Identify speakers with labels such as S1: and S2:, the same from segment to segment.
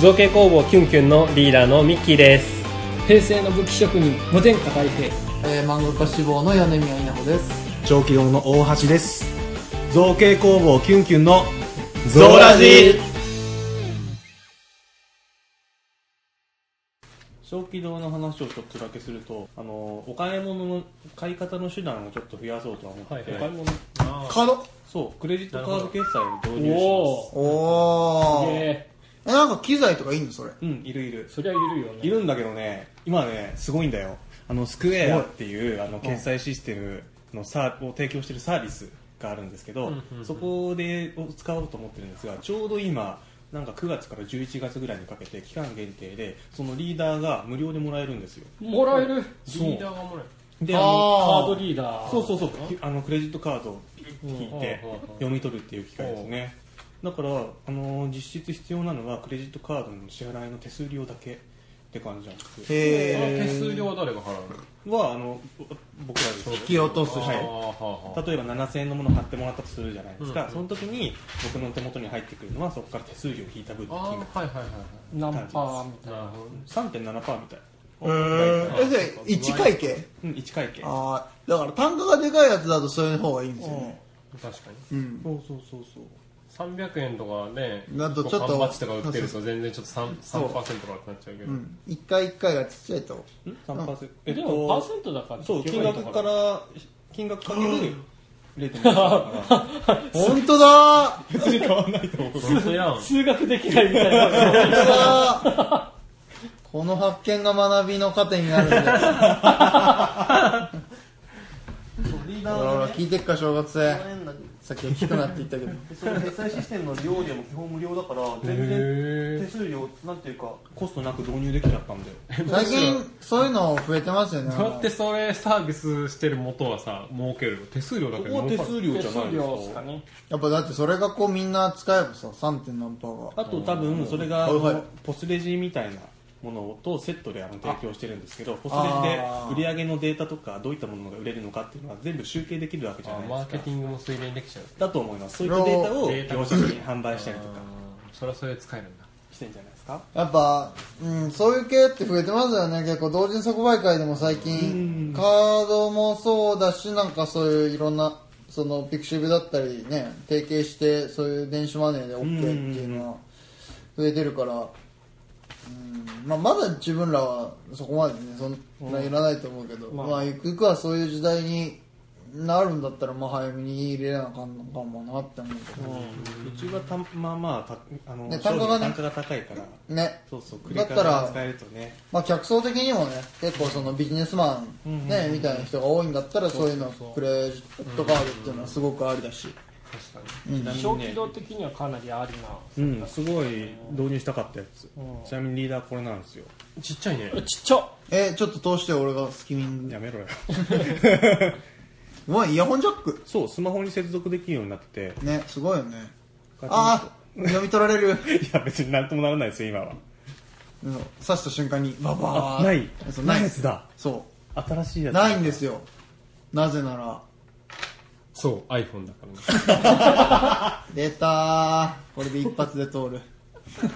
S1: 造形工房キュンキュンのリーダーのミッキーです
S2: 平成の武器職人無添加太平
S3: えー、漫画家志望の米宮稲穂です。
S4: 長期用の大橋です造形工房キュンキュンのゾ
S3: ー
S4: ー
S3: ラ
S4: ラ
S3: ジ
S4: ジ
S3: ー
S5: 小気道の話をちょっとだけするとあのお買い物の買い方の手段をちょっと増やそうとは思ってて、
S4: カード
S5: そうクレジットカード決済を導入し
S2: おお
S3: おー。
S2: え
S3: えなんか機材とかいいのそれ。
S5: ますうんいるいる
S2: そりゃいるよね
S5: いるんだけどね今ねすごいんだよあのスクエアっていうあの決済システムのサーを提供してるサービスがあるんですけど、そこでを使おうと思ってるんですがちょうど今なんか9月から11月ぐらいにかけて期間限定でそのリーダーが無料でもらえるんですよ
S2: もらえる
S5: そう
S2: リーダーがもらえる
S5: であの
S2: カ
S3: あ
S2: ードリーダー
S5: そうそう
S2: う
S5: そうあのクレジットカードを引いて
S2: うん
S5: 読み取るっていう機会ですねだから、あのー実質必要なのはクレジットカードの支払いの手数料だけって感じなんですよ
S3: へ
S6: 手数料は誰が払うの
S5: はあの僕らですよ
S3: ー。引き落とす人。
S5: はい
S6: あーはあはあ
S5: 例えば7000円のもの買ってもらったとするじゃないですか、その時に僕の手元に入ってくるのはそこから手数料を引いた分の
S6: あー
S5: 金
S6: はい
S5: 額
S6: はいはいは
S2: 何パーみたい
S6: いなる
S2: な
S6: ほどね
S5: 3.7%みたい
S3: えー、え、それ、一会計
S5: うん1会計
S3: ああ、だから単価がでかいやつだとそれの方がいいんですよね。
S6: 確かに
S3: うん。
S5: そうそうそうそう
S6: 300円とかね
S3: なんとちょっと
S6: こう缶バッチとか売ってると全然ちょっと 3%, 3とかなっちゃうけど、
S3: うん。一回一回がちっちゃいと。
S5: ん3%、えっ
S2: で
S5: と
S2: もパーセントだから
S5: そう金額か
S2: あ
S5: ら金額 かける0.2だから
S3: ほんとだー
S5: 別に変わんないと思う
S6: 本当やん
S2: 数学できないみたいな
S3: ほんとだーこの発見が学びの糧になるんだよ。
S5: リー
S3: ほら
S5: ダー
S3: ほ
S5: の
S3: ら、
S5: ね
S3: 聞いてっか、正月生。
S5: 円だ
S3: さっき大きくなっていったけど。
S5: その決済システムの料理も基本無料だから全然手
S6: へ
S5: 数料なんていうかコストなく導入できちゃったんで
S3: 最近、そういうの増えてます よね
S6: え。そうやってそれサービスしてる元はさ儲けるの手数料だけ
S5: こ
S6: で
S5: こは
S6: 儲
S5: 手
S6: かる
S5: 数料じゃない
S2: 数
S5: です
S2: 量
S5: か
S2: ですかね
S3: やっぱだってそれがこうみんな使えばさ、3. 点何パーが。
S5: あと多分それがあ
S3: はいはい
S5: のポスレジみたいなものとセットであの提供してるんですけどポスレジで売り上げのデータとかどういったものが売れるのかっていうのは全部集計できるわけじゃ
S6: あ
S5: ない
S6: マー
S5: で
S6: ケ
S5: す
S6: テ
S5: か
S6: ィングも推薦できちゃう
S5: だと思いますそういったデータを
S6: データ
S5: 業者に販売したりとか
S6: うんそれはそれで使えるんだ
S5: してんじゃないですか
S3: やっぱ、うん、そういう系って増えてますよね。結構同時即売会でも最近、カードもそうだし、なんかそういういろんな、そのピクシブだったりね、提携して、そういう電子マネーで OK っていうのは増えてるから、うん、まあまだ自分らはそこまでね、そんないらないと思うけど、まあゆくゆくはそういう時代になるんだったら、まあ早めに入れなあかんのかもなって思うけど、
S5: うちはたまあまあたあの、
S3: ね単
S5: 単価が、
S3: 価がね
S5: 単価が高いから
S3: ね。
S5: そうそう繰り
S3: だっ
S5: 返
S3: たら
S5: し使えるとね
S3: まあ、客層的にもね結構そのビジネスマン、ねみたいな人が多いんだったらそういうのクレジットカードっていうのはすごくありだし、
S6: 確か
S3: うん
S5: ちな
S2: 小
S5: みにね
S2: 規模的にはかなりありな
S5: うんすごい導入したかったやつちなみにリーダーこれなんですよ
S6: にちっちゃいね
S2: ちっちゃ
S3: えちょっと通して俺がスキミング
S5: やめろよ
S3: うわイヤホンジャック
S5: そうスマホに接続できるようになってて
S3: ねすごいよねああ読み取られる
S5: いや別になんともならないですよ今は
S3: うん刺した瞬間にババ
S5: あ
S3: ー
S5: ない
S3: そう
S5: な
S3: ないい
S5: やつだ
S3: そ
S5: 新しいうやつ
S3: ないんですよなぜなら
S6: そう iPhone だからね
S3: 出たーこれで一発で通る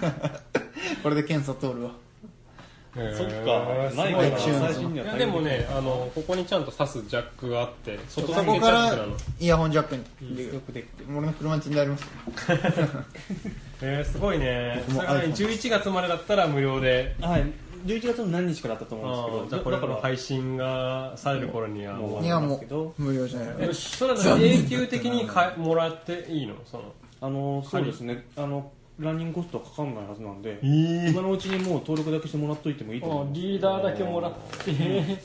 S3: これで検査通るわ
S6: へー
S5: そっかない
S3: すごい
S5: から
S3: チューン
S5: 最新
S6: い
S5: には
S6: や
S5: 対応
S6: でもねあのここにちゃんと挿すジャックがあって
S3: そ
S6: 外付
S3: こ
S6: けジ
S3: か
S6: ャック
S3: ら
S6: なの
S3: イヤホンジャックに
S5: よくできてる
S3: 俺の車に積んであります
S6: えー、すごいね
S3: 僕
S6: そ
S3: も
S6: れがね
S3: iPhone
S6: 11月までだったら無料で
S5: はい11月の何日からだったと思うんですけど
S6: じゃあこれ
S5: だか
S6: の
S5: ら
S6: 配信がされる頃には
S5: もう
S6: も
S3: い
S5: 終
S3: や
S5: わりま
S3: も
S5: すけど
S3: う無料じゃない
S6: えそれは永久的にかえもらっていいのその
S5: あのそうですねあのランニングコストはかかんないはずなんで、
S6: え
S5: 今のうちにもう登録だけしてもらっといてもいいと思
S2: う
S5: い
S2: ん
S5: ます
S2: リーダーだけもらって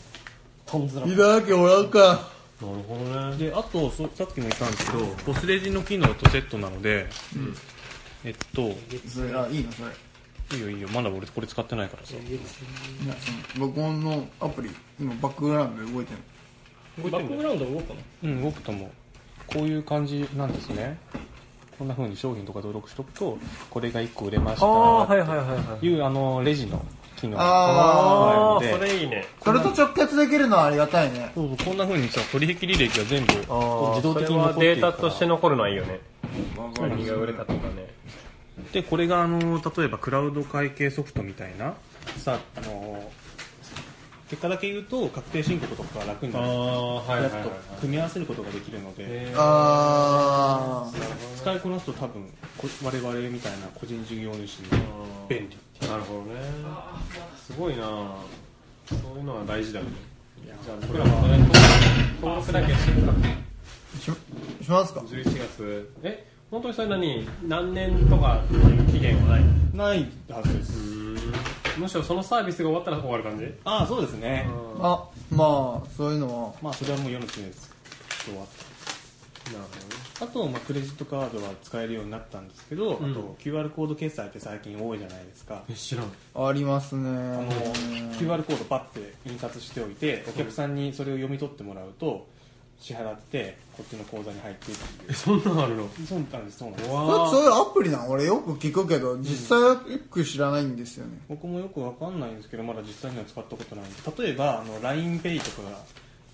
S2: とんずら
S3: いだけおらんか
S6: なるほどね
S5: であとそさっきも言ったんですけどポスレジの機能とセットなので、えっと
S3: それあいいのそ
S5: い
S3: れい
S5: いよいいよまだ俺これ使ってないからさ
S3: やその録音のアプリ今バックグラウンドで動いてる
S2: バックグラウンド動くの
S5: うん動くともこういう感じなんですねこんな風に商品とか登録しとくとこれが1個売れました
S6: ーはいはいはいはい
S5: いうあのレジの機能
S3: あ
S5: が
S6: あ
S5: あ
S6: ー
S5: る
S6: そ
S5: ので
S6: れいいね
S3: それと直結できるのはありがたいね
S5: そうそうこんな風にさ取引履歴が全部自動的に
S6: それ
S5: 残
S6: は
S5: って
S6: デ
S5: い
S6: ー
S5: くから
S6: タとして残るのはいいよね何が売れたとかね
S5: でこれがあの例えばクラウド会計ソフトみたいなさあの結果だけ言うと確定申告とかが楽に
S6: あ
S5: なる
S6: あはいはいはい
S5: やつと組み合わせることができるので、
S6: えー
S3: あ
S5: 使いこなすと多分こ我々みたいな個人事業主に便利
S6: なるほどねすごいなそういうのは大事だよねじゃあ僕らは登録だけしてるか
S3: ーししますか
S6: 11月え本当にそれ何何年とかっていう期限は
S5: な
S6: ない
S5: いはずです
S6: むしろそのサービスが終わったら終わる感じ
S5: ああそうですね
S3: あまあそういうのは
S5: まあそれはもう世の常です終わったあと、まあ、クレジットカードは使えるようになったんですけど、
S6: ん
S5: あと QR コード決済って最近多いじゃないですか、
S6: え知らん
S3: ありますね
S5: あの QR コードパッて印刷しておいてお客さんにそれを読み取ってもらうと支払ってこっちの口座に入っていくってい
S6: えそんなのあるの
S5: うそうなんですそうなんです
S3: それ
S6: わ
S3: そういうアプリなん俺よく聞くけど実際はよく知らないんですよね
S5: 僕もよくわかんないんですけどまだ実際には使ったことないんです例えばあの LINEPay とかが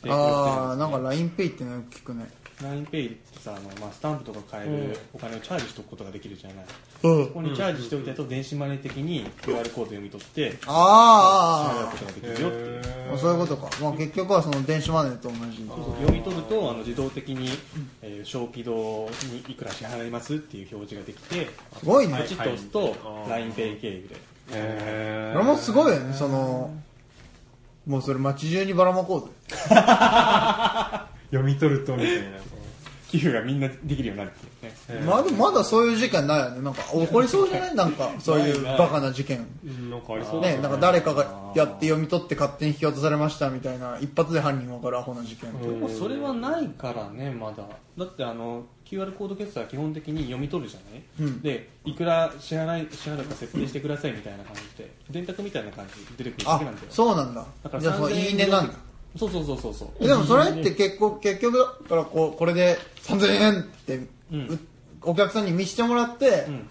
S5: 提
S3: ああ
S5: 供
S3: なんか
S5: してるんです
S3: LINEPay ってね聞くね
S5: けど LINEPay ってさあの、まあ、スタンプとか買えるお金をチャージしておくことができるじゃない、
S3: うん
S5: そこにチャージしておいたと電子マネー的に QR コード読み取って支払う
S3: あ
S5: こ
S3: ー
S5: とができ
S6: ー
S5: るよっていう
S3: あーあーそういうことか、まあ、結局はその電子マネーと同じ
S5: そうそう読み取るとあの自動的に、えー小軌道にいくら支払いますっていう表示ができて
S3: すごいね
S5: ポチッと押すと
S6: はい
S5: LINEPay 経由で
S6: え
S3: 俺もすごいよねそのもうそれ街中にばらまこうぜ
S6: 読み取るとみたいな
S5: 寄付がみんなできるようになるっていうね
S6: えー
S3: まだまだそういう事件ないよねなんか起こりそ うじゃないなんかそういうバカな事件
S6: うんなんかありそうだ
S3: ねなんか誰かがやって読み取って勝手に引き渡されましたみたいな一発で犯人分かるアホな事件
S5: でもそれはないからねまだだってあの QR コード決済は基本的に読み取るじゃない、
S3: うん
S5: でいくら支払い支払うか設定してくださいみたいな感じで電卓みたいな感じで出てくるだ
S3: あ
S5: けなんだよ
S3: そうなんだ
S5: だから
S3: じゃあその
S5: 3000
S3: いいねなんだ
S5: そうそうそうそうそう
S3: えでもそれって結構結局だからこうこれで3000円って、
S5: うん
S3: うお客さんに見してもらって、
S5: うん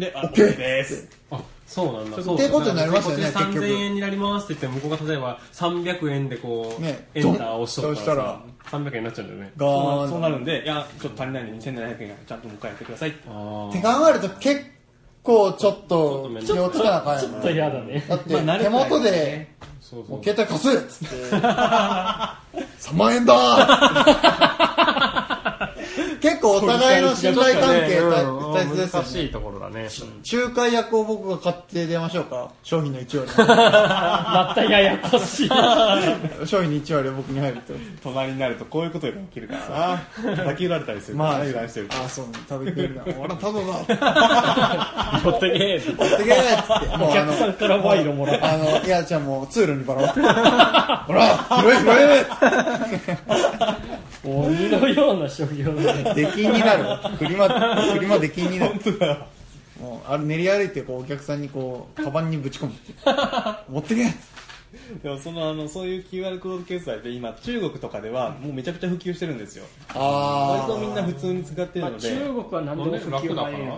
S5: で、あ、
S3: オッケー
S5: OK です。
S6: あそうなんだそう
S3: ってことになりますよね
S6: こっち
S3: 結局
S6: 3000円になりますって言っても向こうが例えば300円でこう、
S3: ね
S6: エンターを押しとったらさ300円になっちゃうんだよね
S3: ガ
S5: そうな
S3: ーン
S5: そうなるんで、いや、ちょっと足りないんで2700円ちゃんともう一回やってください。
S6: あ
S3: って考えると結構ちょっと
S6: ちょっと
S3: 気をつかなあかん
S2: ち
S3: よ
S2: ょっと
S3: ね
S2: 嫌だね
S3: だって
S5: まあ慣れ
S3: 手
S5: てない
S3: 元
S5: から
S3: で
S5: ね
S6: そう
S3: も
S6: そう
S3: う携帯貸す っつって3万円だー結構お互いの信頼関係大大切です
S6: 難
S3: よね
S6: しいところだね
S3: 仲介役を僕が買って出ましょうか商品の1割
S2: またややこしい
S3: 商品の1割は僕に入ると
S5: 隣になるとこういうことが起きるからな。抱き売られたりする。
S3: まあ
S5: 油断してる。
S3: ああそうね食べて くれるな俺はタダだ
S2: 持ってけえ
S3: 持ってけーっつってもう
S2: お
S3: あ
S2: 客さん
S3: の
S2: から賄賂もらう
S3: あのいやじゃあもう通路にばらまってほら拾え拾えっつっ
S2: 鬼のような職業だね
S3: て出禁になるわ車車出禁になるもうあれ練り歩いてこうお客さんにこうカバンにぶち込む持ってけーっつって
S5: でもその、あの、そういう QR コード決済って今、中国とかではもうめちゃくちゃ普及してるんですよ。割
S3: あ
S5: とみんな普通に使って
S2: ま
S5: る
S2: あ
S5: の
S2: 中
S5: で、
S2: 国は何でも普及早いよな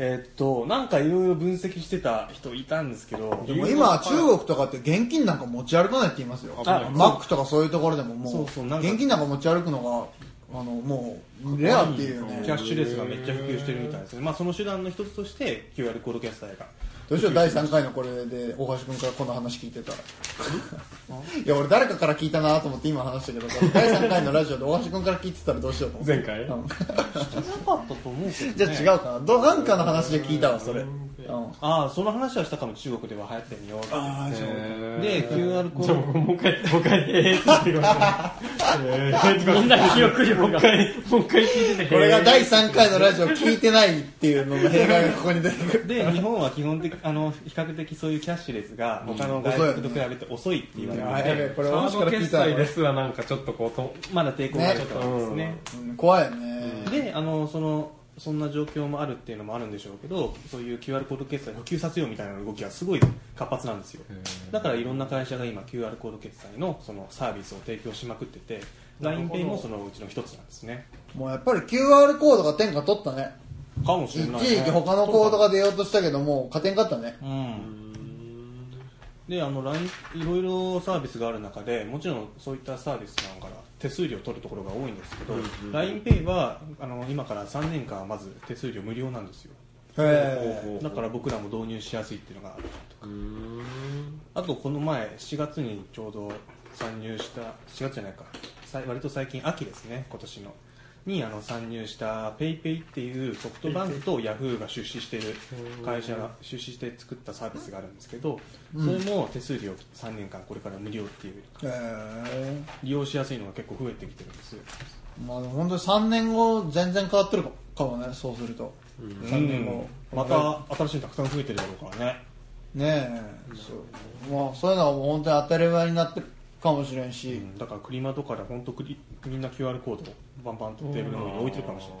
S5: えーっと、なんかいろいろ分析してた人いたんですけど、
S3: でも今は中国とかって現金なんか持ち歩かないって言いますよ
S5: あ
S3: マックとかそういうところでももう
S5: そうそうなんか
S3: 現金なんか持ち歩くのがあのもうレアっていうよ
S5: キャッ
S3: ね
S5: シュレスがめっちゃ普及してるみたいですね。まあその手段の一つとして QR コード決済が。
S3: どうしよう第3回のこれで大橋君からこの話聞いてたらいや俺誰かから聞いたなと思って今話したけど第3回のラジオで大橋君から聞いてたらどうしようと思って
S6: 前回
S3: うん
S5: なかったと思うけどね。
S3: じゃあ違うかなどなんかの話で聞いたわそれ、うん
S5: ああ、その話はしたかも中国では流行ってみようって。
S3: あーじゃ
S5: で、QR コー
S6: じゃあ
S5: ド。
S6: 僕もう一回もう一回えーって言ってくださいえーって言ってください
S2: みんなの記憶力が
S6: もう一回聞いて
S3: あこれが第3回のラジオ聞いてないっていうのの弊害がここに出てくる
S5: で日本は基本的あの比較的そういうキャッシュレスが他の外国と比べて遅いって言われて
S3: あ
S5: い
S3: や
S5: て、
S3: べえこれ
S6: カ
S3: 大橋
S6: ード
S3: から聞
S6: 決
S3: いたわ
S6: 済ですはなんかちょっとこうと
S5: まだ抵抗がちょっとあるんですね
S3: うん怖いよね
S5: であのそのそんな状況もあるっていうのもあるんでしょうけどそういう QR コード決済を普及させようみたいな動きがすごい活発なんですよだからいろんな会社が今 QR コード決済のそのサービスを提供しまくってて LINEPay もそのうちの一つなんですね
S3: もうやっぱり QR コードが天下取ったね
S5: かもしれ
S3: 一
S5: ない、ね、
S3: 時期他のコードが出ようとしたけどもう加点勝ったね
S5: うんであの LINE いろいろサービスがある中でもちろんそういったサービスなんかから手数料を取るところが多いんですけど LINEPay、はあの今から3年間はまず手数料無料なんですよ
S3: へ
S5: だから僕らも導入しやすいっていうのがある
S6: うーん
S5: あとこの前4月にちょうど参入した4月じゃないかさい割と最近秋ですね今年のにあの参入した PayPay っていうソフトバンクと Yahoo が出資している会社が出資して作ったサービスがあるんですけどそれも手数料3年間これから無料っていう
S3: えへえ
S5: 利用しやすいのが結構増えてきてるんです
S3: まあでも本当に3年後全然変わってるかもねそうすると、3年後
S5: また新しいのたくさん増えてるだろうからね
S3: ねえそう,、まあ、そういうのはもう本当に当たり前になってるかもしれんし、
S5: うんだからクリマとかで本当クリみんな QR コードをバンバンとテーブルの上に置いてるかもしれない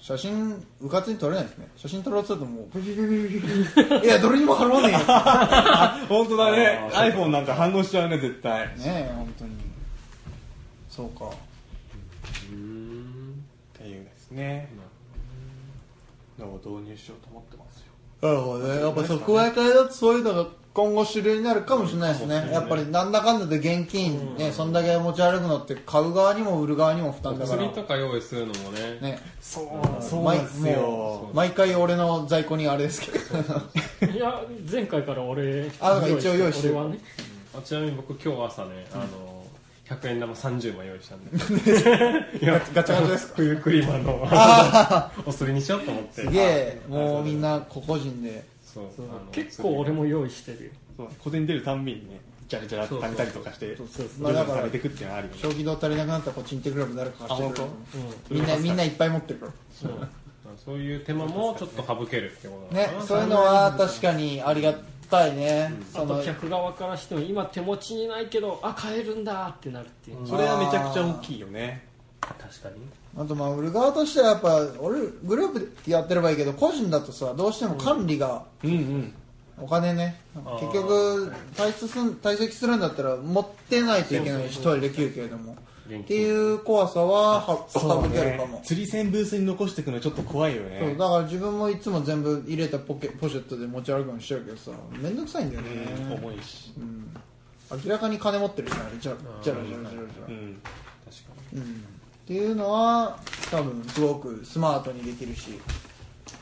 S3: 写真うかつに撮れないですね写真撮ろうとするともうブリブリブリブリいやどれにも払わねえよ
S5: 本当だね iPhone なんか反応しちゃうね絶対
S3: ねえ本当にそうか
S5: っていうですねのを導入しようと思ってますよ
S3: なるほどねやっぱ即売会だとそういうのが今後主流になるかもしれないですねやっぱりなんだかんだで現金ね、そんだけ持ち歩くのって買う側にも売る側にも負担だか
S6: 釣り
S3: ら
S6: とか用意するのもね
S3: ね
S5: そうそう
S3: 毎
S5: なんです
S3: も
S5: よ
S3: う毎回俺の在庫にあれですけど
S2: いや前回から俺
S3: あだから一応用意してる
S2: 俺はね
S6: あちなみに僕今日朝ねあの100円玉30枚用意したんで
S3: ガチャガチャ ですか
S6: 冬クリマのお釣りにしようと思って
S3: すげえもうみんな個々人で
S6: そう
S2: そう
S6: あの
S2: 結構俺も用意してるよ
S5: そう小銭出るたんびにねジャラジャラって貯めたりとかして
S2: そうそう
S5: 徐
S3: まあ
S5: 々
S3: だ
S5: に
S3: から
S5: されてくっていうのはあるよね
S3: 消費道足りなくなったらこっちに行ってくれば誰か貸してくれる
S5: あ本
S3: みんなみんないっぱい持ってるから
S6: そうそういう手間もちょっと省けるってことなの
S3: ね
S6: かな、
S3: そういうのは確かにありがたいね、
S2: あ
S3: その
S2: と客側からしても今手持ちにないけどあ買えるんだってなるっていう、
S5: それはめちゃくちゃ大きいよね
S6: 確かに
S3: あとまあ売る側としてはやっぱ俺グループでやってればいいけど個人だとさどうしても管理が
S5: うんうん
S3: お金ね、
S6: ー
S3: 結局退出すん退席するんだったら持ってないといけないしトイレ休憩でも
S6: 現金
S3: っていう怖さはは
S5: そう
S3: 省ける
S5: ね
S3: かも
S5: 釣り船ブースに残していくのちょっと怖いよ
S3: そう
S5: ね
S3: だから自分もいつも全部入れたポケポシェットで持ち歩くようにしてるけどさめんどくさいんだよね、
S5: うん重いし
S3: 明らかに金持ってるじゃんあれじゃじゃらじゃらじゃらじゃら
S5: うん
S6: 確か
S3: うんっていうのは多分すごくスマートにできるし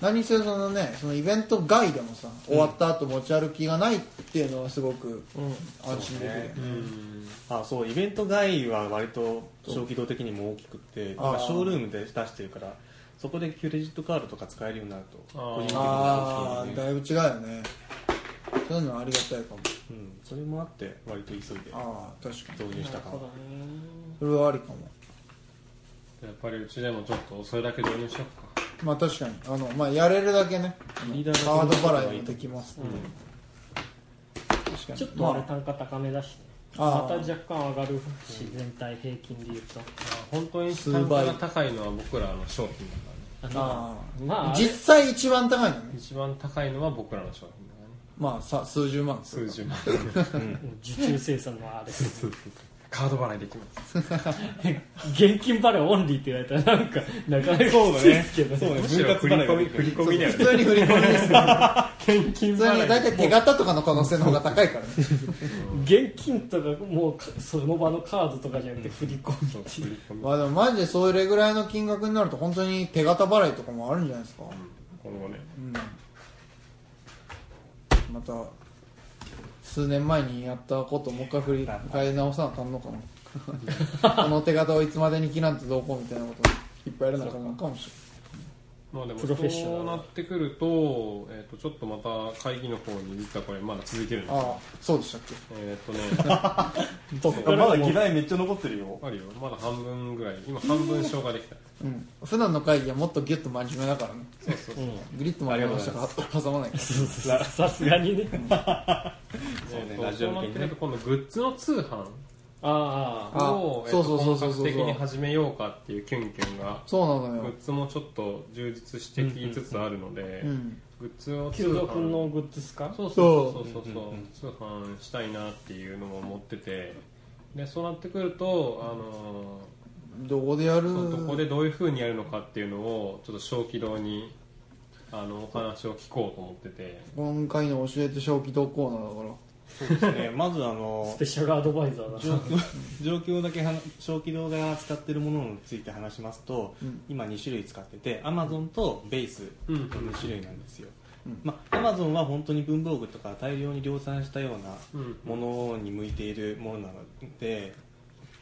S3: 何せそのねそのイベント外でもさ終わった後持ち歩きがないっていうのはすごく安心できるよね、
S6: にうん
S5: あそうイベント外は割と小規模的にも大きくって
S3: あー
S5: 今ショールームで出してるからそこでクレジットカードとか使えるようになると
S6: あー
S5: 個人的には
S3: あ
S5: 大き
S3: あ
S5: いよね、
S3: だいぶ違うよねそういうのはありがたいかも
S5: うん、それもあって割と急いで
S3: ああ確かに
S5: 導入したかも
S3: それはありかも
S6: やっぱりうちでもちょっとそれだけ導入しようか
S3: まあ確かにあの、まあ、やれるだけね
S5: リーダ
S3: カ
S5: ー
S3: ー
S5: が
S3: ド払いもできます、確かに
S2: ちょっとあれ
S3: まあ
S2: 単価高めだしね
S3: あー
S2: また若干上がるし全体平均で言うと
S6: 本当に
S3: 数
S6: 単価
S3: 倍
S6: が高いのは僕らの商品だからね
S2: あ
S3: ああ
S2: まああれ
S3: 実際一番高いのね
S6: 一番高いのは僕らの商品だからね
S3: まあさ数十万
S6: 数十万
S2: 受注生産のあれ
S6: カード払いできます
S2: 現金払いオンリーって言われたらなんかなかなかきつ
S5: そうだ
S2: いで
S5: ね
S2: すけど
S5: そうね
S6: むしろ振り込み振り込みだよ
S3: 普
S6: ね
S3: 通に振り込みですよ
S2: 現金
S3: 普通に大
S2: 払い
S3: 体手形とかの可能性の方が高いからね
S2: 現金とかもうかその場のカードとかじゃなくて振り込み
S6: そう
S2: って
S6: 振
S2: いう
S6: り込み
S3: まあでもマジでそれぐらいの金額になると本当に手形払いとかもあるんじゃないですか、
S6: このね
S3: うん、また数年前にやったことをもう一回振り返り直さなあかんのか なこの手形をいつまでに切らんとどうこうみたいなこといっぱいやらなあかんのかもし
S6: まあでも
S2: プロフェッショナル
S6: そうなってくると,、えー、とちょっとまた会議の方に実はこれまだ続いてるん
S3: れ
S6: で
S3: ない
S6: す
S3: ああそうでしたっけ
S6: えーっとね
S5: まだ議題めっちゃ残ってるよ
S6: あるよまだ半分ぐらい今半分消化できた
S3: うん普段の会議はもっとギュッと真面目だからね
S6: そうそうそう、
S3: グリッと真面目な人が挟まないから
S2: さすがにね
S5: そうね
S6: えーっと
S5: ラジオ向け
S6: そうなっ
S5: に
S6: て
S5: ね
S6: くると今度グッズの通販
S2: ああ
S3: あ
S6: をえー
S3: そう
S6: と
S3: そうそうそ
S6: 本格
S3: うそう
S6: 的に始めようかっていうキュンキュンが
S3: そうなの
S6: グッ
S3: よ
S6: ズもちょっと充実してきつつあるので、
S3: うん
S6: グッズ を通
S2: 久蔵君の
S6: 販
S2: グッズっすか
S6: そうそうそうそうそう
S5: うんうんうん
S6: 通販したいなっていうのも思っててでそうなってくると、あのー
S3: どこでやる
S6: そうどこでどういうふうにやるのかっていうのをちょっと小規堂にあのお話を聞こうと思ってて
S3: 今回の教えて小気道コーナーだから
S5: そうですね。まずあの
S2: スペ、シャルアドバイザーだ
S5: 状況、状況だけは、小規模が使ってるものについて話しますと、
S3: うん
S5: 今2種類使ってて、Amazon と Base
S2: うん
S5: の2種類なんですよ。
S3: うん
S5: まあ、Amazon は本当に文房具とか大量に量産したような
S2: うん
S5: ものに向いているものなので、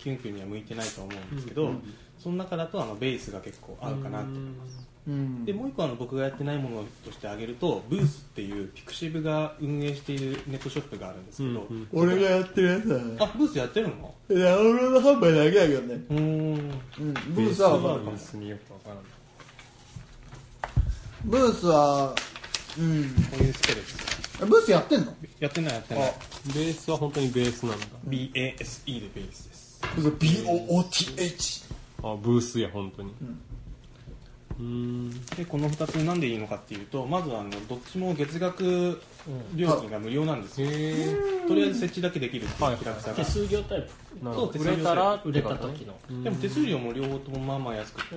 S5: キュンキュンには向いてないと思うんですけど、その中だとあのベースが結構合うかなって思います。
S3: うん
S5: でもう一個あの僕がやってないものとして挙げるとブースっていうピクシブが運営しているネットショップがあるんですけど、
S6: うんうん
S3: 俺がやってるやつだね
S5: あブースやってるの
S3: ダウンロード販売だけだけどね
S5: うーん
S3: うんブースは分かる
S6: ベースによくわからない
S3: ブースはうん
S5: こういうスペルです
S3: えブースやってんの
S5: やってないやってない
S6: ベースは本当にベースなんだ
S5: BASE でベースです
S3: ブース BOOTH
S6: あブースや本当に
S3: ん
S6: うーん
S5: でこの2つなんでいいのかっていうとまずはあのどっちも月額料金が無料なんですよ、
S6: へえ
S5: とりあえず設置だけできるっていう気楽さ
S2: 手
S5: が、
S2: 数料タイプ
S5: そう手数
S6: 売
S5: 料
S6: れたら
S2: 売れた時の
S5: でも手数料も両方ともまあまあ安くて、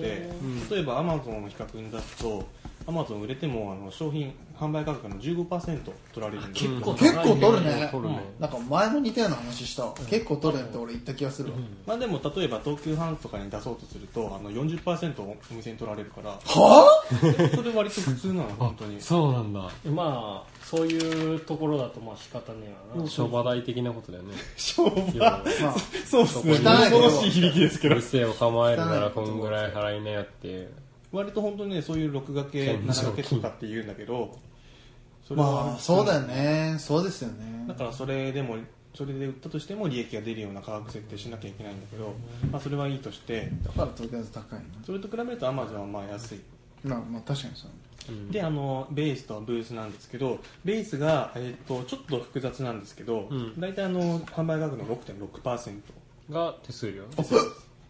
S5: 例えばアマゾンの比較に出すとアマゾン売れてもあの商品販売価格の15%取られるんですよ
S2: 結構
S3: 結構取る
S2: 高い
S3: ね
S6: 取るね
S3: なんか前も似たような話したわ結構取るねって俺言った気がするわ
S5: まあでも例えば東急ハンズとかに出そうとするとあの40%お店に取られるから
S3: はあ
S5: それ割と普通なの本当に
S6: そうなんだ
S2: まあそういうところだとまあ仕方ねえわな
S6: 商売代的なことだよね
S5: 商
S6: 要
S5: 売
S6: は
S3: まあ
S5: そうですね
S3: 汚いけど
S5: 恐ろしい響きですけど
S6: 店を構え るならこんぐらい払いなよっていう
S5: 割と本当にねそういう録画系7掛けとかって言うんだけどそれは
S3: まあそうだよねそうですよね
S5: だからそれでもそれで売ったとしても利益が出るような価格設定しなきゃいけないんだけど、まあ、それはいいとして
S3: だからとりあえず高い
S5: それと比べるとアマゾンはまあ安い、
S3: なまあまあ確かにそう
S5: であのベースとブースなんですけどベースが、えっとちょっと複雑なんですけど、
S6: ん
S5: 大体あの販売額の6.6%
S6: が手数料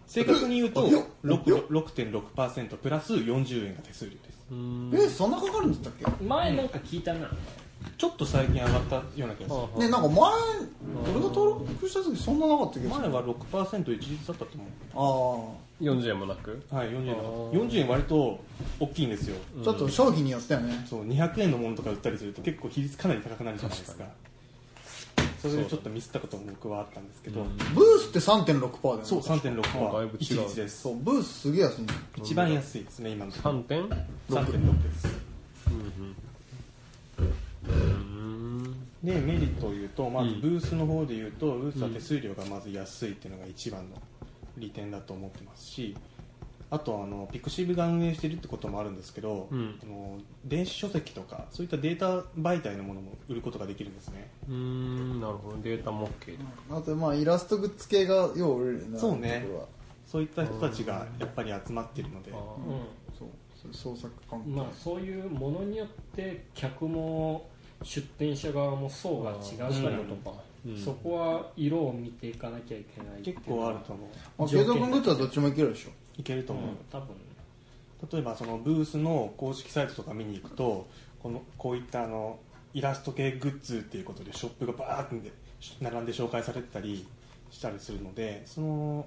S5: 正確に言うと
S3: あよっ
S5: 6 6.6%プラス40円が手数料です
S6: うーん
S3: えそんなかかるんだったっけ
S2: 前なんか聞いたな
S5: ちょっと最近上がったような気がする
S3: ねなんか前俺が登録した時そんななかったけど
S5: 前
S3: あ
S5: は6%一律だったと思
S3: あー
S6: 40円もなく
S5: うはい40円だった
S6: あー
S5: 40円割と大きいんですよ
S3: ちょっと商品によってはね
S5: そう200円のものとか売ったりすると結構比率かなり高くなるじゃないですかそれでちょっとミスったことも僕はあったんですけど、
S3: ブースって3.6%だよね
S5: そう3.6
S6: あ
S5: は
S6: だいぶ違う
S5: 一律です
S3: そうブースすげえ安いんだよ
S5: 一番安いですね今のところ
S6: 3点
S5: 3.6ですでメリットを言うとまずブースの方で言うと、ブースは手数料がまず安いっていうのが一番の利点だと思ってますしあとあのピクシブが運営してるってこともあるんですけど、
S6: うん
S5: あの電子書籍とかそういったデータ媒体のものも売ることができるんですね
S6: うーんなるほどデータも OK
S3: あとまあイラストグッズ系がよう売れるよね
S5: そうね
S3: これは
S5: そういった人たちがやっぱり集まってるので
S6: あー
S2: う
S3: そうそう創作関係、
S2: んまあそういうものによって客も出店者側も層が違うから
S5: あー
S2: とか
S6: うん
S2: そこは色を見ていかなきゃいけないっていう
S5: 結構あると思う
S3: まあ継続グッズはどっちもいけるでしょ
S5: いけると
S2: う
S5: 思う、
S2: ん多分
S5: 例えばそのブースの公式サイトとか見に行くとこのこういったあのイラスト系グッズっていうことでショップがバーってで並んで紹介されてたりしたりするのでその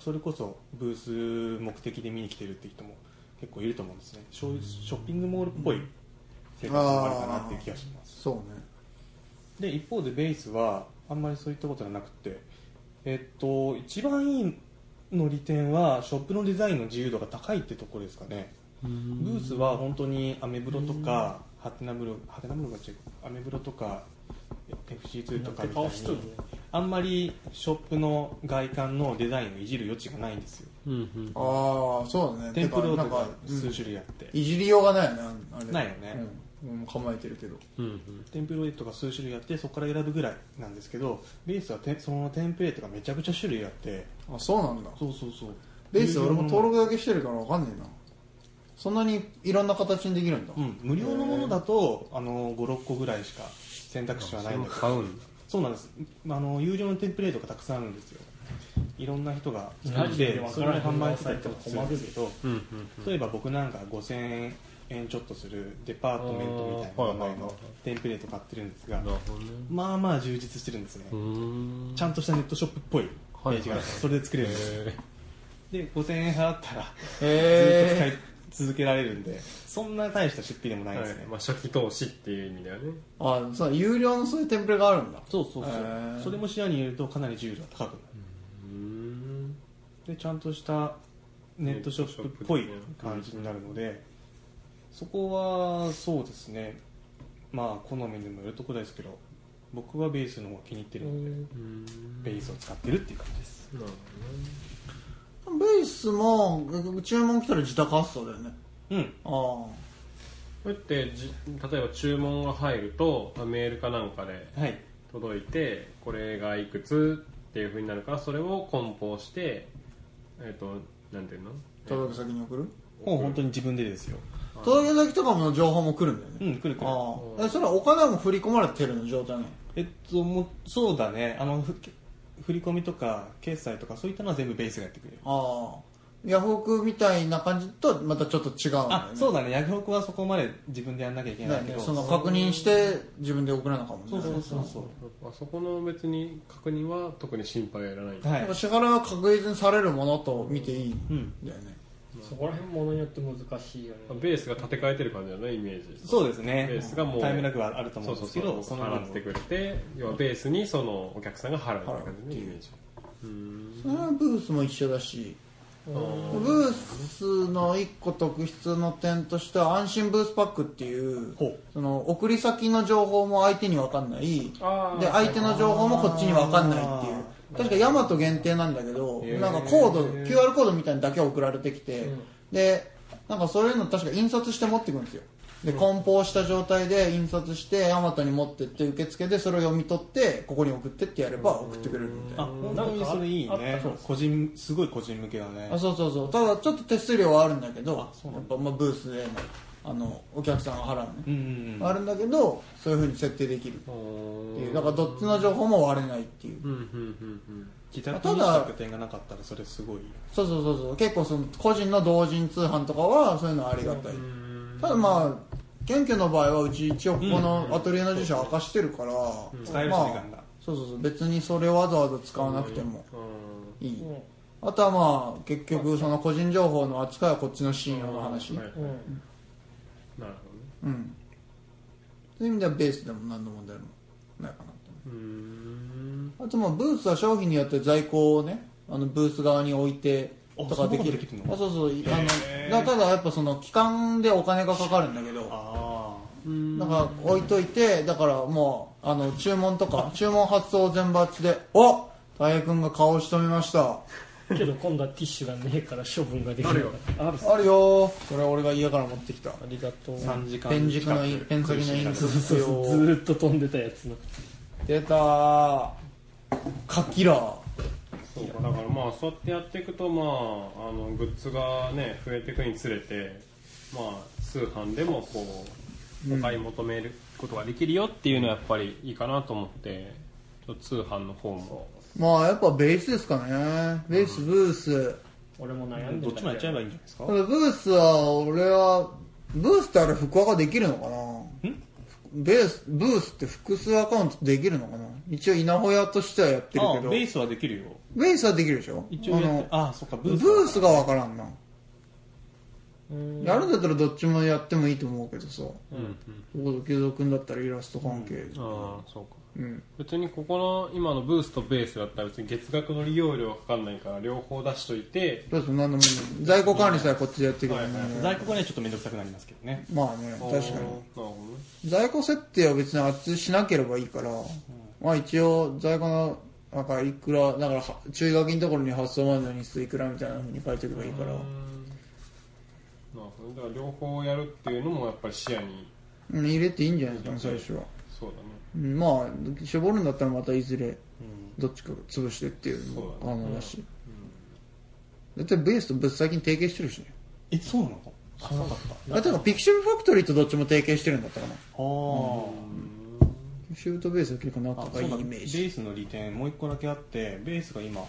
S5: それこそブース目的で見に来てるって人も結構いると思うんですねショショッピングモールっぽい生活もあるかなっていう気がします
S3: そうね
S5: で一方でベースはあんまりそういったことがなくてえっと一番いいの利点はショップのデザインの自由度が高いってところですかね
S6: うーん
S5: ブースは本当にアメブロとかハテナブロハテナブロが違うアメブロとか FC2 とかみたい
S2: なんて顔しとる
S5: に
S2: ね
S5: あんまりショップの外観のデザインをいじる余地がないんですよ
S6: うんうん
S3: ああそうだね
S5: テンプレー
S3: な
S5: ト
S3: んか
S5: が、
S3: うん
S5: 数種類あって
S3: いじりようがないよねあれ
S5: ないよね、
S3: うん、俺も構えてるけど
S6: うんうん
S5: テンプレートが数種類あってそこから選ぶぐらいなんですけどベースはテンそのテンプレートがめちゃくちゃ種類あって
S3: あそうなんだ
S5: そうそうそう
S3: ベース俺も登録だけしてるからわかんねえなそんなにいろんな形にできるんだ、
S5: うん、無料のものだとあの56個ぐらいしか選択肢は
S6: そ
S5: ない
S6: れ
S5: ん
S6: も
S5: だけど
S6: 買うんだ
S5: そうなんですあの有料のテンプレートがたくさんあるんですよいろんな人が
S2: ラジオで
S5: で
S2: 分
S5: そ
S2: か
S5: れを
S2: らへん
S5: 販売したりとか
S2: の
S5: す
S2: サイト困
S5: るんで
S2: る
S5: す
S2: で
S5: けど
S6: うんうん
S5: 例えば僕なんか5000円ちょっとするデパートメントみたいな名前
S6: あーはいはいはいは
S5: の
S6: い
S5: テンプレート買ってるんですが
S6: なるほどね
S5: まあまあ充実してるんですね
S6: うーん
S5: ちゃんとしたネットショップっぽいページがあるそれで作れるんです
S6: へ
S5: で5000円払ったらずっと使い
S3: へ
S5: 続けられるんでそんな大した出費でもないですね、
S6: まあ、初期投資っていう意味だよね
S3: あでもそう有料のそういうテンプレがあるんだ
S5: そうそうそう、
S3: へー
S5: それも視野に入れるとかなり自由度が高くなる、
S6: うん
S5: でちゃんとしたネットショップっぽい
S6: ネットショップで
S5: 感
S6: すね
S5: じになるので、そこはそうですねまあ好みにもよるとこですけど僕はベースの方が気に入ってるので、ベースを使ってるっていう感じです
S6: なるほどね
S3: ベースも結局注文来たら自宅発送だよね
S5: うん
S3: ああ
S6: これってじ例えば注文が入るとまあメールかなんかで
S5: はい
S6: 届いてこれがいくつっていうふうになるからそれを梱包してえっ、となんていうの
S3: 届け先に送る
S5: もう本当に自分でですよ
S3: 届け先とかも情報も来るんだよね、
S5: うん来る来る
S3: ああえそれはお金も振り込まれてるの状態なの
S5: えっともうそうだねあのふ振り込みとか決済とかそういったのは全部ベースがやってくれる
S3: ああヤフオクみたいな感じとまたちょっと違うんだよね
S5: あそうだねヤフオクはそこまで自分でやんなきゃいけ
S3: だ
S5: な
S3: よ
S5: いけ
S3: ね
S5: ど
S3: その確認して自分で送らなあかんもんね
S5: そうそうそうそう
S6: あそこの別に確認は特に心配はいらない、
S5: は
S3: なん
S5: い
S3: か、支払いは確実にされるものと見ていいん
S5: うん、
S3: だよね、
S2: そこら辺ものによって難しいよね
S6: ベースが立て替えてる感じだねイメージ
S5: そうですね
S6: ベースがもう
S5: タイムラグはあると思
S6: そううんそ
S5: で
S6: う
S5: すけ
S6: そう
S5: どの
S6: 払ってくれて要はベースにそのお客さんが払うっていう感じのイメージうん
S3: それはブースも一緒だしブースの一個特筆の点としては安心ブースパックっていう
S5: ほう
S3: その送り先の情報も相手に分かんない
S2: あー
S3: で相手の情報もこっちに分かんないっていう確かヤマト限定なんだけど
S5: へー
S3: なんかコード QR コードみたいなのだけ送られてきてでなんかそういうの確か印刷して持ってくんですよで梱包した状態で印刷してヤマトに持ってって受付でそれを読み取ってここに送ってってやれば送ってくれるみたい
S5: あ
S3: な
S5: 本当にそれいい
S2: なんかああっ
S5: ね
S2: たそう
S5: 個人すごい個人向けだね
S3: あそうそうそうただちょっと手数料はあるんだけど
S5: あそう
S3: や
S5: な
S3: っ
S5: ん
S3: ぱまあブースでのあのお客さんが払うね
S5: うんうんうん
S3: あるんだけどそういうふうに設定できるっていうだからどっちの情報も割れないっていう
S6: うんうんうんうん
S5: 自宅にした拠点がなかったらそれすごい
S3: そうそうそうそう結構その個人の同人通販とかはそういうのはありがたいただまあ謙虚の場合はうち一応ここのアトリエの住所明かしてるから、
S5: 使えるし
S3: ま
S5: 時
S3: あ
S5: 間が
S3: そうそうそう別にそれをわざわざ使わなくてもいい、あとはまあ結局その個人情報の扱いはこっちの信用の話、
S6: はいはい
S2: うん
S6: なるほどね
S3: うんそういう意味ではベースでも何の問題もないかなと
S6: うーん
S3: あとまあブースは商品によって在庫をねあのブース側に置いてとかでき
S5: あそんなこと
S3: る
S5: できるの
S3: あそうそうあのだただやっぱその期間でお金がかかるんだけど
S5: あ
S3: だから置いといてだからもうあの注文と か注文発送全部あっちでおたい平君が顔を仕留めました
S2: けど今度はティッシュがねえから処分ができないある
S3: あるよーそれは俺が家から持ってきた
S2: ありがとう
S5: あ3時間
S3: ペン軸のインペン先のインクです
S2: そう
S3: よ
S2: そうずーっと飛んでたやつの
S3: 出たーカキラー
S6: そうかだからまあそうやってやっていくとまああのグッズがね増えていくにつれてまあ通販でもこうお買い求めることができるよっていうのはやっぱりいいかなと思ってちょっと通販の方も
S3: まあやっぱベースですかねベースブース
S2: 俺も悩んで
S5: ど
S2: た
S5: っちもやっちゃえばいいんじゃないですか
S3: ただブースは俺はブースってあれ福アカできるのかなベースブースって複数アカウントできるのかな一応稲穂屋としてはやってる
S5: あ
S3: けど
S5: ベースはできるよ
S3: ベースはできるでしょ
S5: 一応
S3: あ
S5: やっ
S3: の
S5: てあそっかブ
S3: ブ
S5: ー
S3: ー
S5: ス
S3: スがわからんな
S2: うん
S3: やるんだったらどっちもやってもいいと思うけどさそこぞ木造君だったらイラスト関係
S6: ああそうか
S3: うん
S6: 別にここの今のブースとベースだったら別に月額の利用料はかかんないから両方出しといて
S3: だって何でもいいの在庫管理さえこっちでやってるから
S6: はい
S3: ね
S5: 在庫がねちょっと面倒くさくなりますけどね
S3: まあね確
S6: な
S3: か
S6: る
S3: に
S6: ほどね
S3: 在庫設定は別に圧しなければいいから、まあ一応在庫のなんかいくらだからは注意書きのところに発送までの日数いくらみたいなふうに書いておけばいいから、
S6: なるほどだから両方やるっていうのもやっぱり視野に
S3: うん、入れていいんじゃないですかね最初は、
S6: そうだね
S3: うん、まあ絞るんだったらまたいずれどっちか潰してっていうのも
S6: そう
S3: 可
S6: だ
S3: 能だし絶対ベースとぶっ先に提携してるしね
S5: えそうなの知らなかったあ
S3: あだからピクシブファクトリーとどっちも提携してるんだったかな
S5: あー
S3: ピクシブとベースは結構
S5: あ
S3: 仲
S5: そ
S3: が
S5: う
S3: いい
S5: だ
S3: イ
S5: ベ
S3: メージ
S5: ースの利点もう一個だけあってベースが今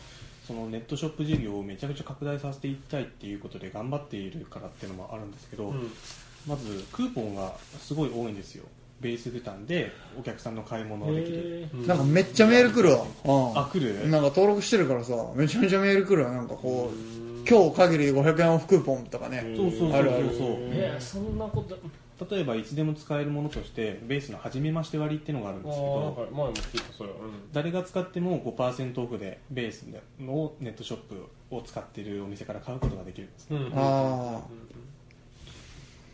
S5: そのネットショップ事業をめちゃくちゃ拡大させていきたいっていうことで頑張っているからっていうのもあるんですけど、まずクーポンがすごい多いんですよベース負担でお客さんの買い物ができる
S2: へ
S3: なんかめっちゃメール来るわ、うん
S5: あ来る
S3: なんか登録してるからさめちゃめちゃメール来るわなんかこう今日限り500円オフクーポンとかね、
S5: そうそうそう
S3: あるあ
S5: そ
S3: る
S5: う
S2: えーそんなこと
S5: 例えばいつでも使えるものとしてベースの初めまして割っていうのがあるん
S6: あ
S5: ですけ
S6: あなんか
S5: ど
S6: 前も聞いたそれはうん
S5: 誰が使っても5%オフでベースのネットショップを使っているお店から買うことができるんですね、
S6: うん
S3: あ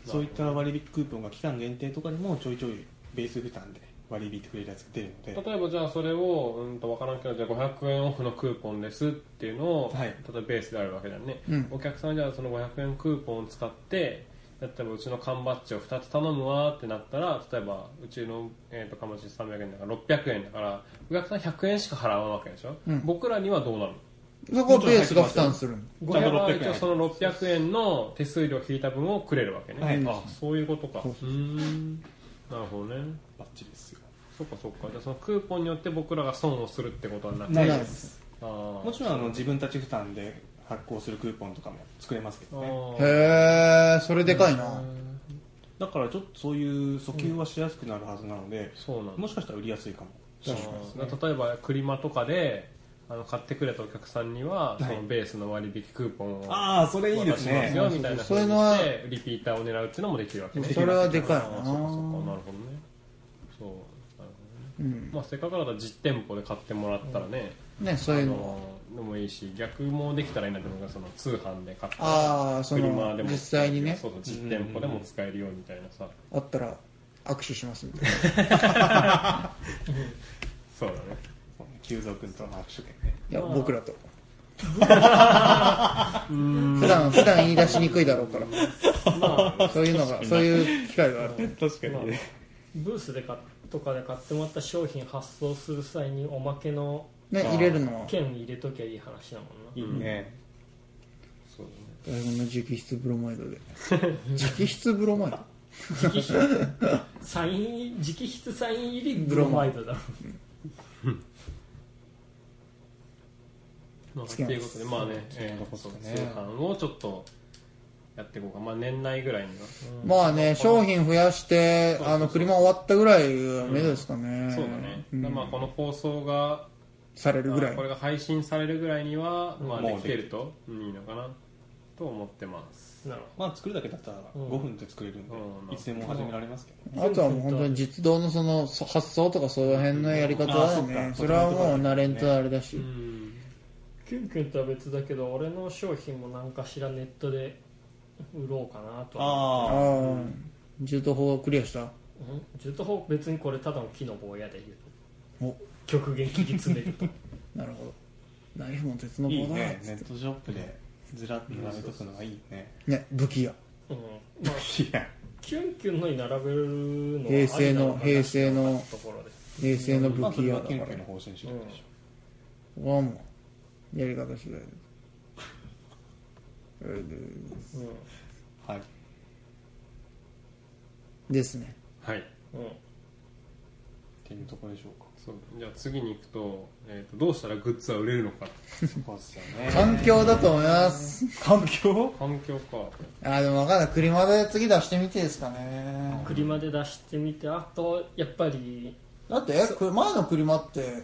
S5: そういった割引クーポンが期間限定とかでもちょいちょいベース負担で割り引いてくれるやつが出るので
S6: 例えばじゃあそれを、うん、と分からんけどじゃあ500円オフのクーポンですっていうのを、
S5: はい
S6: 例えばベースであるわけだよね、
S3: うん
S6: お客さんはじゃあその500円クーポンを使って例えばうちの缶バッジを2つ頼むわってなったら例えばうちの、えー、と缶バッジ300円だから600円だからお客さん100円しか払わないわけでしょ、
S3: うん
S6: 僕らにはどうなるの
S3: あそこはベースが負担する
S6: じゃあ
S5: 500円
S6: 一応その600円の手数料引いた分をくれるわけね、
S5: はい
S6: あそういうことかうーんなるほどね
S5: バッチリですよ
S6: そっかそっかじゃあそのクーポンによって僕らが損をするってことはなく
S5: ない
S3: ない
S5: で
S3: です
S6: あー
S5: もちろんあの自分たち負担で発行するクーポンとかも作れますけどね
S6: あ
S3: へえそれでかい
S6: あ
S3: な
S5: だからちょっとそういう訴求はしやすくなるはずなので、
S6: そうなんだ
S5: もしかしたら売りやすいかも
S6: あー例えばクリマとかであの買ってくれたお客さんには、そのベースの割引クーポンを
S5: ああそれいいで
S6: 渡
S5: す
S6: しますよ
S5: ね
S6: みたいな
S3: そうそ
S6: 風に
S3: うそうそういうのは
S6: してリピーターを狙うっていうのもできるわけね
S3: それはでかいな
S6: あーそっかそっかなるほどねそうなるほどね、まあ、せっかくだったら実店舗で買ってもらったらね、
S3: ねそういう
S6: あ
S3: のは
S6: のでもいいし逆もできたらいいなと思うけどその通販で買った
S3: あーその
S6: 車でも
S3: 実際にね
S6: そうそう実店舗でも使えるよみたいなさ
S3: あったら握手しますみたいな
S6: そうだね
S5: 久蔵君との握手券ね
S3: いや僕ら と普段普段言い出しにくいだろうからそういうのがそういう機会がある
S5: 確か
S2: にねブースでかとかで買ってもらった商品発送する際におまけの
S3: ね入れるのは
S2: 券入れときゃいい話だもんない
S5: いね、
S6: そうだね
S3: 大門の直筆ブロマ イドで直筆ブロマイド
S2: 直筆サイン直筆サイン入りブロマイドだ
S6: まあ、と
S3: つけます
S6: いうことで、まあね、えーそう通販をちょっとやっていこうか、まあ、年内ぐらいには、
S3: まあね商品増やしてあの車終わったぐらいが目ですかね
S6: そうだね、
S3: ん
S6: まあ、この放送が、
S3: されるぐら
S6: あ
S3: い
S6: これが配信されるぐらいには、まあ、
S5: もう
S6: できてるとうんいいのかなと思ってます。
S2: なる
S5: まあ作るだけだったら
S2: うん
S5: 5分で作れるんで、
S6: うん
S5: いつでも始められますけど、
S3: あとはもう本当に実動のそのそ発想とかそういう辺のやり方
S5: あ
S3: だ
S5: そ
S3: よ
S5: っ
S3: ね
S5: か
S3: それはもうナレンとあれだし
S6: うん
S2: キュンキュンとは別だけど俺の商品も何かしらネットで売ろうかなとは
S3: あ
S5: あ
S3: あ銃刀法クリアした
S2: うんずっとほ別にこれただの木の棒やで言う
S3: お
S2: 極限切り詰める と
S3: なるほどナイフも鉄
S5: あ
S3: の
S5: いい
S3: 棒だ
S5: ね
S3: っ
S5: ネ
S3: つっ
S5: ットショップでずらっと並べとくのがいいね、
S3: てね武器屋
S2: うんまあ
S5: いや
S2: キュンキュンのに並べるのは
S3: 平成
S2: ありな
S3: の
S2: かな
S3: 平成の
S2: ところで
S3: 平成の
S5: まあ
S3: 武
S5: そ
S3: 器
S5: れ
S3: 屋
S5: は
S3: だか
S5: 研
S3: ら
S5: 究の方針次第でしょ、
S3: ここはもうやり方次第でえー
S5: はい
S3: ですね
S6: はい、っ
S2: うん、うん
S5: っていうところでしょうか
S6: そうじゃあ次に行くと,、えー、と、どうしたらグッズは売れるのか、
S5: そこですよね
S3: 環境だと思います
S5: 環境
S6: 環境か、
S3: あーでも分かんない車で次出してみてですかね
S2: 車で出してみてあとやっぱり
S3: だってえこれ前の車って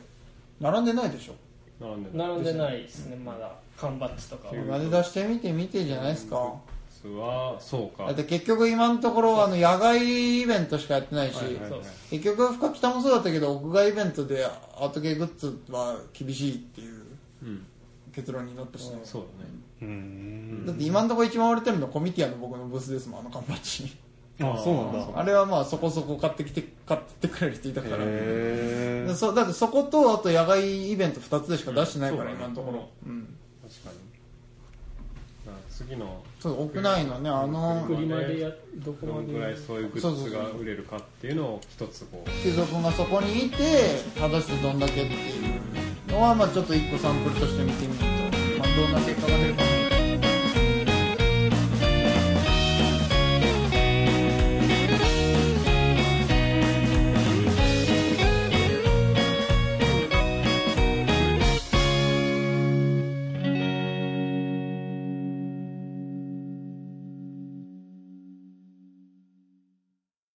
S3: 並んでないでしょ
S6: 並んでる
S2: 並んでないですねまだ缶バッジとかは
S3: 車で出してみてみてじゃないですか
S6: グッズは、そうか
S3: だっ、て結局今のところあの野外イベントしかやってないし、
S2: はいそうです
S3: 結局深北もそうだったけど屋外イベントでアート系グッズは厳しいっていう
S6: うん、
S3: 結論になったしね、
S6: そうだね。
S5: うーん
S3: だって今のところ一番売れてるのコミティアの僕のブースですもんあの缶バッジ
S5: あそうなんだ
S3: あれはまあそこそこ買ってきて買ってってくれる人いたから
S5: へ
S3: でそだってそことあと野外イベント2つでしか出してないから、
S6: うん
S3: 今のところ、うん、
S6: 確かにまあ次の
S3: そう屋内のねあの
S6: うん
S2: 車でやどこ
S6: どの
S2: ま
S6: ぐらい
S2: で
S6: そういうグッズが売れるかっていうのを一つこう
S3: 貴族がそこにいて果たしてどんだけっていうのはまあちょっと一個サンプルとして見てみると、まあ、どんな結果が出るかな